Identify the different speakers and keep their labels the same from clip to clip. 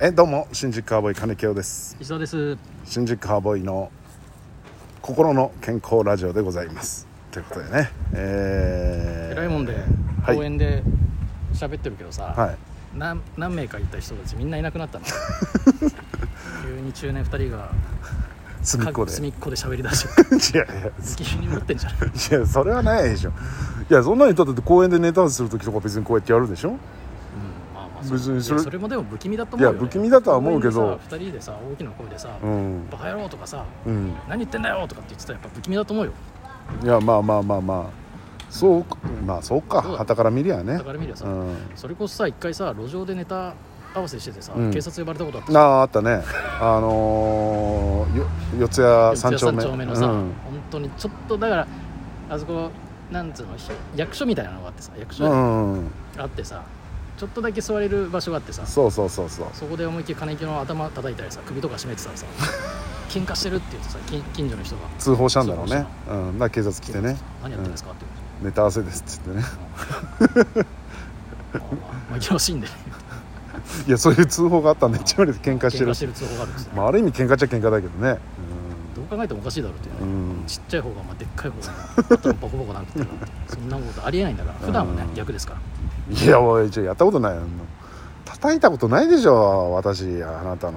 Speaker 1: えどうも新宿カーボーイ金清です
Speaker 2: 石田です
Speaker 1: 新宿カーボーイの心の健康ラジオでございますということでねえ
Speaker 2: えらいもんで
Speaker 1: はい
Speaker 2: 公園で喋ってるけどさ、
Speaker 1: はい
Speaker 2: なん何名かいた人たちみんないなくなった の急に中年2人が
Speaker 1: 隅っこで
Speaker 2: 隅っこで喋り だし
Speaker 1: いやいや
Speaker 2: 急に持ってんじゃない
Speaker 1: いやそれはないでしょいやそんなにだって公園でネタ合わせする時とか別にこうやってやるでしょ
Speaker 2: まあまあ
Speaker 1: 別にそ
Speaker 2: そ
Speaker 1: れ
Speaker 2: れそれもでも不気味だと思うよ、ね、
Speaker 1: いや不気味だとは思うけど
Speaker 2: 2人でさ大きな声でさ「
Speaker 1: うん
Speaker 2: バカ野郎」とかさ
Speaker 1: うん
Speaker 2: 「何言ってんだよ」とかって言ってたらやっぱ不気味だと思うよ
Speaker 1: いやまあまあまあまあそうかまあそうか
Speaker 2: そうだ
Speaker 1: 傍から見りゃね
Speaker 2: だから見りゃさ、
Speaker 1: うん
Speaker 2: それこそさ一回さ路上でネタ合わせしててさ、
Speaker 1: うん
Speaker 2: 警察呼ばれたことあった
Speaker 1: あああったねあのーよ四谷三丁目
Speaker 2: 三丁目のさ、
Speaker 1: うん
Speaker 2: 本当にちょっとだからあそこなんつうのひ役所みたいなのがあってさ役所
Speaker 1: うん
Speaker 2: あってさ、ちょっとだけ座れる場所があってさ
Speaker 1: そうそうそうそう
Speaker 2: そこで思いっきり金木の頭叩いたりさ首とか絞めてたらさ 喧嘩してるって言ってさ近近所の人が
Speaker 1: 通報したんだろう
Speaker 2: 通報
Speaker 1: ねうんだから警察来てね
Speaker 2: 何やってるんですかって
Speaker 1: ネタ合わせですっつってね
Speaker 2: 言うんですよ、まあまあ紛らわしいんで、ね、
Speaker 1: いやそういう通報があったんで一応喧嘩して
Speaker 2: 喧
Speaker 1: る
Speaker 2: 嘩してる通報があるんですよ、
Speaker 1: まあ、ある意味喧嘩っちゃ喧嘩だけどね
Speaker 2: どう考えてもおかしいだろうっていうね、
Speaker 1: うん
Speaker 2: ちっちゃい方がまあでっかい方が頭ボコボコなんてるなんてそんなことありえないんだから普段はね
Speaker 1: うん
Speaker 2: 逆ですから
Speaker 1: うんいやおいちょやったことないよあんな叩いたことないでしょ私あなたの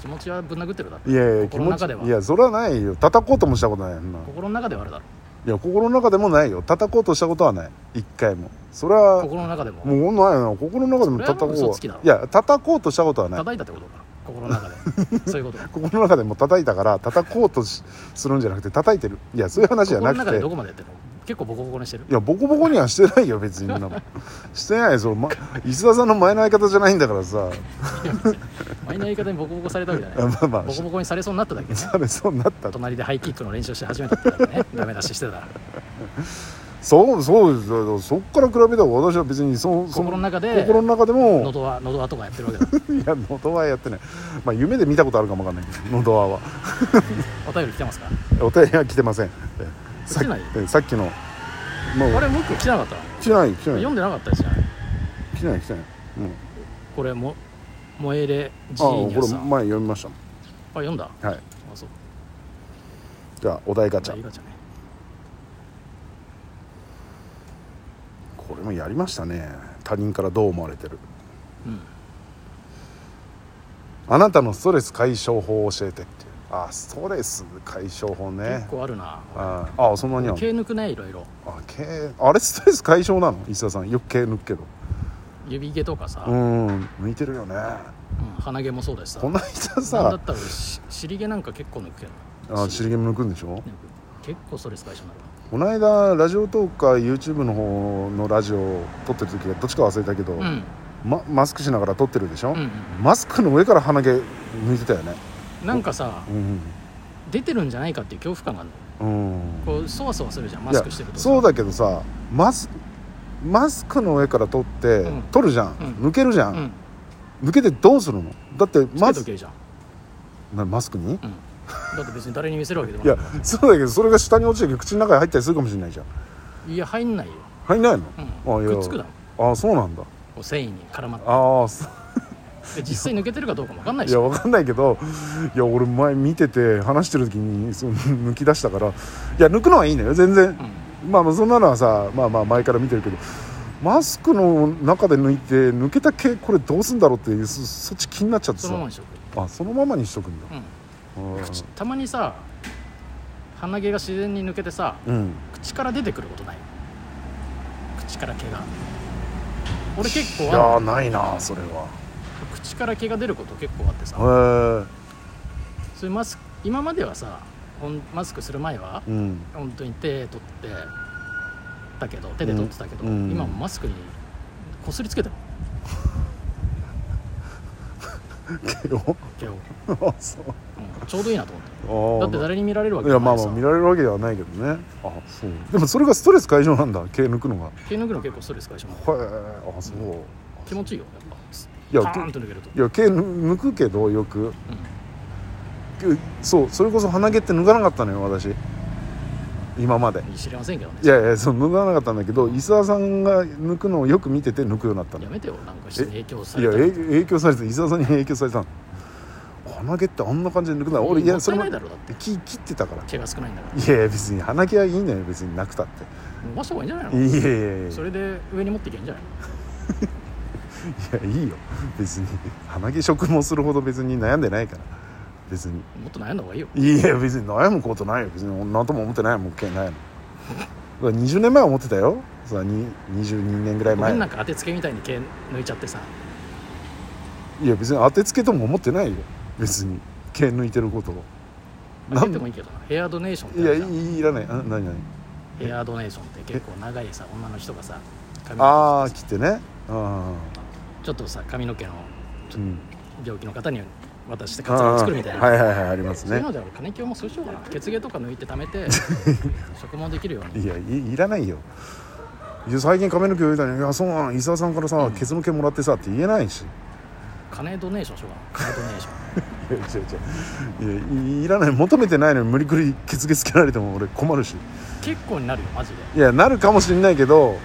Speaker 2: 気持ちはぶん殴ってるだろ
Speaker 1: いやいや気
Speaker 2: 心
Speaker 1: 持
Speaker 2: の
Speaker 1: ち
Speaker 2: 中ではい
Speaker 1: やそれはないよ叩こうともしたことないよあんな
Speaker 2: 心の中ではあるだろ
Speaker 1: いや心の中でもないよ叩こうとしたことはない一回もそれは
Speaker 2: 心の中でも
Speaker 1: もうないな心の中でも叩こ
Speaker 2: それはもう嘘
Speaker 1: う
Speaker 2: つきだろ
Speaker 1: いや叩こうとしたことはない
Speaker 2: 叩いたってことだから心の中 でそういうこと
Speaker 1: 心の中でも叩いたから叩こうとしするんじゃなくて叩いてるいやそういう話じゃ
Speaker 2: 心
Speaker 1: な
Speaker 2: の
Speaker 1: く
Speaker 2: 中
Speaker 1: て
Speaker 2: でどこまでやってるの結構ボコボコにし てる
Speaker 1: いやボコボコにはしてないよ別にそん なもんしてないよその、ま、石田さんの前の相方じゃないんだからさ
Speaker 2: 前の言い方にボコボコされたわけじゃない
Speaker 1: あまあまあ
Speaker 2: ボコボコにされそうになっただけね
Speaker 1: されそうになった
Speaker 2: 隣でハイキックの練習して始めたってだけねダメ出ししてたら
Speaker 1: そうそうですよそっから比べたら私は別にそそ
Speaker 2: 心の中で
Speaker 1: 心の中でも
Speaker 2: 喉は喉はとかやってるわけだ
Speaker 1: いや喉輪やってないまあ夢で見たことあるかもわかんないけど喉輪は
Speaker 2: お便り来てますか
Speaker 1: お便りは来てませんえさっ
Speaker 2: 来てない
Speaker 1: えさっきのも
Speaker 2: あ
Speaker 1: う
Speaker 2: れもう一個来てなかった
Speaker 1: 来てない来てない
Speaker 2: 読んでなかったですよね
Speaker 1: 来てない来てない、うん、
Speaker 2: これも「萌えれ
Speaker 1: あ
Speaker 2: G
Speaker 1: こ
Speaker 2: に
Speaker 1: れ
Speaker 2: はさん」あ
Speaker 1: 前読みまし
Speaker 2: 読んだ
Speaker 1: たはい
Speaker 2: あそう
Speaker 1: じゃあお題ガチ
Speaker 2: じゃあいい
Speaker 1: ャ
Speaker 2: かじゃね
Speaker 1: これもやりましたね他人からどう思われてる
Speaker 2: うん
Speaker 1: あなたのストレス解消法を教えてっていうあストレス解消法ね
Speaker 2: 結構あるな
Speaker 1: あーあそんなにあ
Speaker 2: 毛
Speaker 1: る
Speaker 2: 抜くねいろいろ
Speaker 1: あ毛あれストレス解消なの石田さんよく毛抜くけど
Speaker 2: 指毛とかさ、
Speaker 1: う
Speaker 2: うん
Speaker 1: ん抜いてるよね
Speaker 2: 鼻毛もそうだしさ
Speaker 1: この間
Speaker 2: なんだ
Speaker 1: さ
Speaker 2: ったら俺し尻毛なんか結構抜くけど
Speaker 1: あ尻毛も抜くんでしょ
Speaker 2: なんか結構ストレス解消になるわ
Speaker 1: この間ラジオトークか YouTube の方のラジオを撮ってる時はどっちか忘れたけど、
Speaker 2: うん
Speaker 1: まマスクしながら撮ってるでしょ、
Speaker 2: うん
Speaker 1: マスクの上から鼻毛抜いてたよね
Speaker 2: うんなんかさ
Speaker 1: うん
Speaker 2: 出てるんじゃないかっていう恐怖感がある
Speaker 1: うん
Speaker 2: のこうそわそわするじゃんマ
Speaker 1: い
Speaker 2: ス
Speaker 1: や
Speaker 2: クしてると
Speaker 1: そうだけどさマスマスクの上から取って、
Speaker 2: うん
Speaker 1: 取るじゃん、
Speaker 2: うん
Speaker 1: 抜けるじゃ、
Speaker 2: うんん
Speaker 1: 抜けてどうするのだって
Speaker 2: つけ
Speaker 1: マ
Speaker 2: と
Speaker 1: ス
Speaker 2: けばいいじゃん、
Speaker 1: なマスクに、
Speaker 2: うん、だって別に誰に見せるわけでも
Speaker 1: い
Speaker 2: ない
Speaker 1: やそうだけどそれが下に落ちて口の中に入ったりするかもしれないじゃん
Speaker 2: いや入んないよ、
Speaker 1: 入んないの、
Speaker 2: うん、
Speaker 1: あいや
Speaker 2: くっつくだろ
Speaker 1: ああそうなんだ
Speaker 2: こう繊維に絡まって
Speaker 1: ああそ
Speaker 2: で実際抜けてるかどうかも分かんない
Speaker 1: い
Speaker 2: し
Speaker 1: やわかんないけどいや俺前見てて話してる時にその抜き出したからいや抜くのはいいのよ全然、
Speaker 2: う
Speaker 1: まあまあそんなのはさまあまあ前から見てるけどマスクの中で抜いて抜けた毛これどうすんだろうっていうそそっち気になっちゃって
Speaker 2: そのまま
Speaker 1: さ
Speaker 2: にしとく、
Speaker 1: あそのままにしとくんだ
Speaker 2: うん、
Speaker 1: うん
Speaker 2: 口たまにさ鼻毛が自然に抜けてさ
Speaker 1: うん
Speaker 2: 口から出てくることない口から毛が俺結
Speaker 1: い
Speaker 2: 構
Speaker 1: や
Speaker 2: あ
Speaker 1: ーないなそれは
Speaker 2: の口から毛が出ること結構あってさ
Speaker 1: へ
Speaker 2: それマスク今まではさほんマスクする前は
Speaker 1: えうん
Speaker 2: 本当に手取ってたけど手で取ってたけど、
Speaker 1: うんうん
Speaker 2: 今マスクにこすりつけてる
Speaker 1: 毛を
Speaker 2: 毛を、うん
Speaker 1: あそう
Speaker 2: ちょうどいいなと思って
Speaker 1: あー
Speaker 2: だって誰に見られるわけ
Speaker 1: いやまあまあ
Speaker 2: さ
Speaker 1: 見られるわけではないけどねあそうでもそれがストレス解消なんだ毛抜くのがへ
Speaker 2: 毛抜くの結構ストレス解消になる
Speaker 1: えあそう
Speaker 2: 気持ちいいよやっ
Speaker 1: いや
Speaker 2: ぱパ
Speaker 1: け
Speaker 2: ーンと抜けると、
Speaker 1: いや毛抜くけどよく
Speaker 2: うん
Speaker 1: けそうそれこそ鼻毛って抜かなかったのよ私今まで
Speaker 2: 知りませんけどね
Speaker 1: いやいやその抜かなかったんだけど伊沢さんが抜くのをよく見てて抜くようになったの
Speaker 2: や
Speaker 1: い
Speaker 2: めてよなんか人に影響さ
Speaker 1: や
Speaker 2: れた
Speaker 1: え影響されて伊沢さんに影響されたの鼻毛ってあんな感じで抜くな俺い
Speaker 2: も
Speaker 1: や
Speaker 2: った
Speaker 1: そ
Speaker 2: い
Speaker 1: れ
Speaker 2: ない
Speaker 1: も
Speaker 2: だろうだって
Speaker 1: 切切ってたから
Speaker 2: 毛が少ないんだから
Speaker 1: いやいや別に鼻毛はいいのよ別になくたって
Speaker 2: 伸ばした方がいいんじゃない
Speaker 1: い
Speaker 2: の
Speaker 1: やいやいやい
Speaker 2: それで上に持っていけばいいんじゃないの
Speaker 1: やいいよ別に鼻毛植毛するほど別に悩んでないから別に
Speaker 2: もっと悩んだ方がいいよ
Speaker 1: いや別に悩むことないよ別に何とも思ってないもん毛ないのだから20年前は思ってたよさに22年ぐらい
Speaker 2: ごめ
Speaker 1: 前
Speaker 2: んなんか当てつけみたいに毛抜いちゃってさ
Speaker 1: いや別に当てつけとも思ってないよ別に毛抜いてることを
Speaker 2: 当ててもいいけどなヘアドネーションって
Speaker 1: い
Speaker 2: あ
Speaker 1: や
Speaker 2: るじゃん
Speaker 1: いいいらないあ何何
Speaker 2: ヘアドネーションって結構長いさ女の人がさ髪の
Speaker 1: ああ切ってねあ
Speaker 2: 毛ちょっとさ髪の毛の
Speaker 1: あうん
Speaker 2: 病気の方に渡してカツラ
Speaker 1: あ
Speaker 2: を
Speaker 1: あ
Speaker 2: 作るみたいな、
Speaker 1: はいはいはいあります
Speaker 2: そういう
Speaker 1: ね
Speaker 2: ので俺金清もそうしようかな血毛とか抜いて貯 めて植毛できるように
Speaker 1: いやいいらないよいや最近髪の毛言うたのに「いやそうなの伊沢さんからさ、ケツの毛もらってさ」って言えないし
Speaker 2: 金ドネーションしようかな金ドネーション
Speaker 1: いや違う違ういやいいらない求めてないのに無理くりケツ毛つけられても俺困るし
Speaker 2: 結構になるよマジで
Speaker 1: いやなるかもしんないけど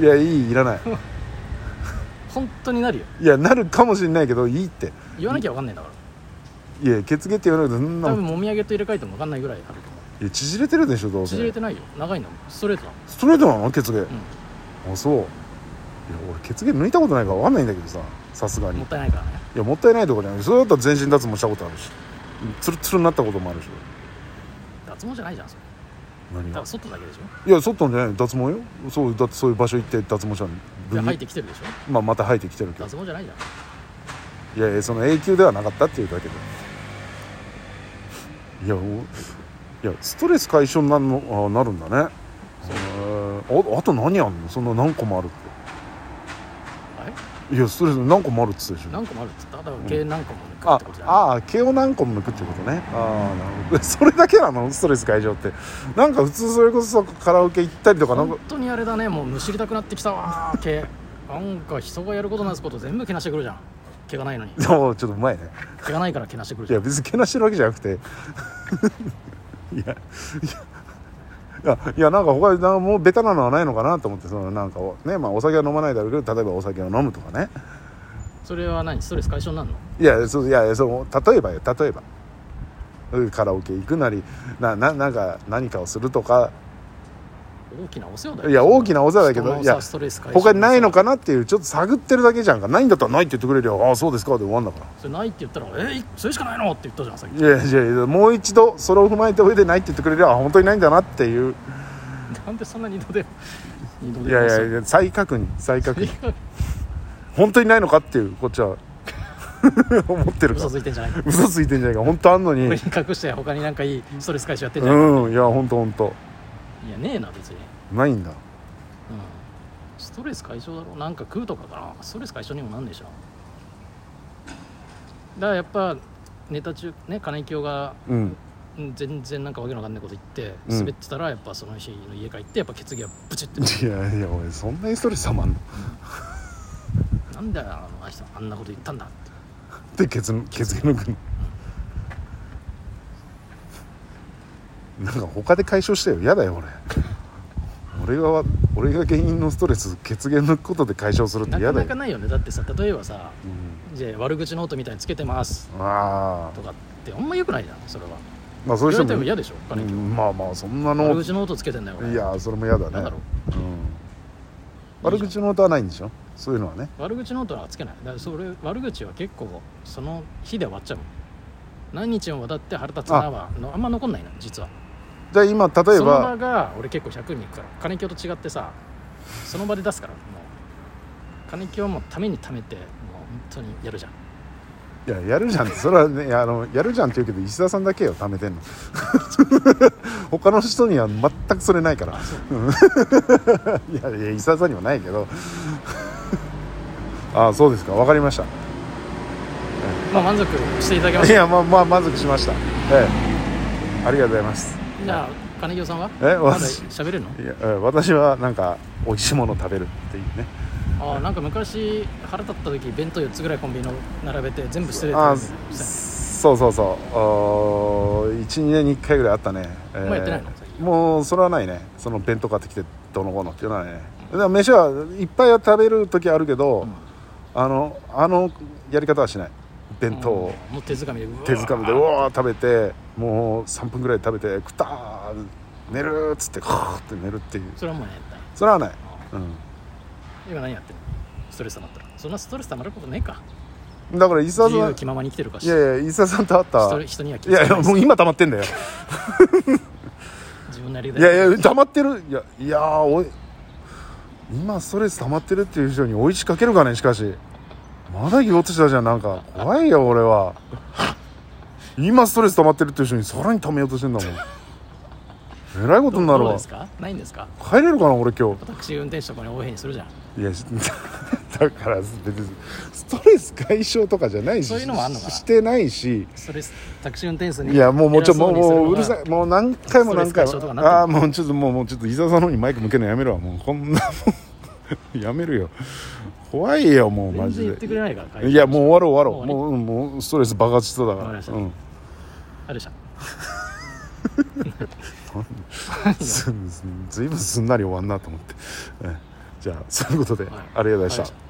Speaker 1: いやいいいらない
Speaker 2: 本当になるよ
Speaker 1: いやなるかもしんないけどいいって
Speaker 2: 言わなきゃ分かんないんだか
Speaker 1: いやケツ毛って言われるとそん
Speaker 2: ら
Speaker 1: な
Speaker 2: 多
Speaker 1: もん
Speaker 2: 分もみあげと入れ替えても分かんないぐらいあると思
Speaker 1: い
Speaker 2: う
Speaker 1: や縮れてるでしょどうせ
Speaker 2: 縮れてないよ長いんだもんストレートだもん
Speaker 1: ストレートなのケツ毛、
Speaker 2: う
Speaker 1: あそういや俺ケツ毛抜いたことないから分かんないんだけどささすが
Speaker 2: ん
Speaker 1: にい
Speaker 2: もったいないからね
Speaker 1: やもったいないとこじゃないそれだったら全身脱毛したことあるしツルツルになったこともあるし
Speaker 2: 脱毛じゃないじゃんそれ
Speaker 1: 何
Speaker 2: だか
Speaker 1: が
Speaker 2: ら外だけでしょ
Speaker 1: いや外じゃない脱毛よそうだってそういう場所行って脱毛したの
Speaker 2: で
Speaker 1: 分
Speaker 2: 生えてきてるでしょ
Speaker 1: まあ、また生えてきてるけど
Speaker 2: 脱毛じゃないじゃん
Speaker 1: いやいやその永久ではなかったっていうだけでいやおいやストレス解消になるのあなるんだねへーああと何あんのそんな何個もあるっ
Speaker 2: あれ
Speaker 1: ていやストレス何個もあるっつってたでしょ
Speaker 2: 何個もあるっつっただから毛何個も抜くっ
Speaker 1: あ
Speaker 2: てことじゃない
Speaker 1: あー毛を何個も抜くってことねああなるほど それだけなのストレス解消ってなんか普通それこそカラオケ行ったりとかなんか
Speaker 2: 本当にあれだねもうむしりたくなってきたわ毛なんか人がやることなすこと全部けなしてくるじゃん毛がないのに
Speaker 1: おーちょっとうまいね
Speaker 2: 毛がないからけなしてくる
Speaker 1: い
Speaker 2: じゃ
Speaker 1: や
Speaker 2: ん
Speaker 1: 別にけなしてるわけじゃなくていやいやいやいやなんか他になんかもうベタなのはないのかなと思ってそのなんかねまあお酒は飲まないだろうけど例えばお酒を飲むとかね
Speaker 2: それは何ストレス解消になるの
Speaker 1: いやそういやその例えばよ例えばうんカラオケ行くなりなななんか何かをするとか
Speaker 2: 大きなお世話だよ
Speaker 1: いや大きなお世話だけど
Speaker 2: 人の
Speaker 1: いや
Speaker 2: さストレス解消
Speaker 1: 他にないのかなっていうちょっと探ってるだけじゃんかないんだったらないって言ってくれりゃああそうですかで終わんだから
Speaker 2: それないって言ったら「えいそれしかないの?」って言ったじゃんさっき
Speaker 1: いやいやいやもう一度それを踏まえた上でないって言ってくれりゃあ本当にないんだなっていう
Speaker 2: なんでそんな二度で二度
Speaker 1: い
Speaker 2: で
Speaker 1: やいやいや再確認再確認本当にないのかっていうこっちは 思ってるか
Speaker 2: 嘘
Speaker 1: ら
Speaker 2: ついて んじゃないこ
Speaker 1: 嘘ついてんじゃないか本当あんのにう
Speaker 2: れに隠して他になんかいいストレス解消やってんじゃん、
Speaker 1: んいや本当本当
Speaker 2: いやねえな別に、うん、
Speaker 1: ないんだ
Speaker 2: ストレス解消だろなんか食うとかかなストレス解消にもなんでしょだからやっぱネタ中ね金井清が
Speaker 1: うん
Speaker 2: うん全然なんかわけのわかんないこと言って
Speaker 1: うん
Speaker 2: 滑ってたらやっぱその日の家帰ってやっぱ血液がブチって
Speaker 1: いやいや俺そんなにストレスたまんの
Speaker 2: なんであのあいつあんなこと言ったんだって
Speaker 1: でケツケツ毛抜くのなんか他で解消してよ嫌だよ俺俺が俺が原因のストレスケツ毛抜くことで解消するって
Speaker 2: な
Speaker 1: 嫌だ
Speaker 2: かな
Speaker 1: よ
Speaker 2: かないよねだってさ例えばさ
Speaker 1: うん
Speaker 2: じゃあ悪口ノートみたいにつけてます
Speaker 1: あ
Speaker 2: とかってあんまよくないじゃんそれは
Speaker 1: ーまあそういう
Speaker 2: 言
Speaker 1: 人
Speaker 2: われても
Speaker 1: も
Speaker 2: 嫌でしょ
Speaker 1: う
Speaker 2: 金木
Speaker 1: んまあまあそんな
Speaker 2: 悪
Speaker 1: の
Speaker 2: 口ノートつけてんだよ俺
Speaker 1: いやそれも嫌だね
Speaker 2: なんだろ
Speaker 1: うん、悪口の音はないんでしょそういうのはね
Speaker 2: う悪口ノートはつけないだからそれ悪口は結構その日で終わっちゃう何日もわたって腹立つなはのあんま残んないの実は
Speaker 1: じゃあ今例え
Speaker 2: その場
Speaker 1: ば
Speaker 2: が俺結構100に行くから金京と違ってさその場で出すからもう金京もためにためてもう本当にやるじゃん
Speaker 1: いややるじゃんってそれはねいやあのやるじゃんって言うけど石田さんだけよ貯めてんの 他の人には全くそれないからうん いやいや石田さんにはないけど ああそうですかわかりました
Speaker 2: まあ満足していただけま
Speaker 1: い
Speaker 2: した
Speaker 1: やまあまあ満足しましたええありがとうございます
Speaker 2: じゃあ金京さんは
Speaker 1: え
Speaker 2: まだ
Speaker 1: 私
Speaker 2: 喋れるの
Speaker 1: いやええ私はなんか美味しいもの食べるっていうね
Speaker 2: ああなんか昔腹立った時弁当4つぐらいコンビニの並べて全部捨てて
Speaker 1: あ
Speaker 2: た
Speaker 1: ーそうそうそう12年に1回ぐらいあったね、え
Speaker 2: お
Speaker 1: ー
Speaker 2: 前やってないの最近
Speaker 1: もうそれはないねその弁当買ってきてどうのこうのっていうのはねだから飯はいっぱいは食べる時あるけど、
Speaker 2: うん
Speaker 1: あのあのやり方はしない弁当を
Speaker 2: うんもう手づかみでうわー
Speaker 1: 手づかみでうわー食べてもう3分ぐらい食べて食ったー寝るーっつってカーって寝るっていう
Speaker 2: それはもうねない
Speaker 1: それはない、
Speaker 2: 今何やってんのストレス溜まったらそんなストレス溜まることねえか
Speaker 1: うん、だから伊沢
Speaker 2: 自
Speaker 1: さ
Speaker 2: 由
Speaker 1: ん
Speaker 2: 気ままに生きてるか
Speaker 1: い
Speaker 2: し
Speaker 1: やいや伊沢さんと会った
Speaker 2: 人人には気
Speaker 1: いやいやもう今溜まってんだよ
Speaker 2: 自分なりで
Speaker 1: いやいや溜まってるいやいやーおい今ストレス溜まってるっていう人に追い仕掛けるかねしかしまだ言おうとしたじゃんなんか怖いよ俺は今ストレス溜まってるっていう人にさらに溜めようとしてんだもんえらいことになる
Speaker 2: どう
Speaker 1: わ
Speaker 2: ですかないんですか
Speaker 1: 帰れるかな俺今日
Speaker 2: 私運転手とかに応援するじゃん
Speaker 1: いやし だから別にストレス解消とかじゃないし
Speaker 2: そういうのもあんのかな
Speaker 1: してないし
Speaker 2: ストレスタクシー運転手に
Speaker 1: いやもうもうちょ
Speaker 2: 偉そ
Speaker 1: もう
Speaker 2: にする
Speaker 1: も
Speaker 2: のが
Speaker 1: ううるさいもう何回も何回
Speaker 2: ストレス解消と
Speaker 1: も
Speaker 2: かなってる
Speaker 1: ああーもうちょっともうもうちょっと伊沢さんの方にマイク向けるのやめろもうこんなもん やめるよ怖いよもうマ
Speaker 2: 全然
Speaker 1: ジ
Speaker 2: 言ってく
Speaker 1: で
Speaker 2: れないから
Speaker 1: いやもう終わろう終わろう
Speaker 2: も
Speaker 1: もううんもうストレス爆発しそうだか
Speaker 2: わからりました
Speaker 1: うん
Speaker 2: あれじゃん
Speaker 1: すずいぶんすんなり終わんなと思ってえじゃあそういうことで
Speaker 2: はい
Speaker 1: ありがとうございました
Speaker 2: はい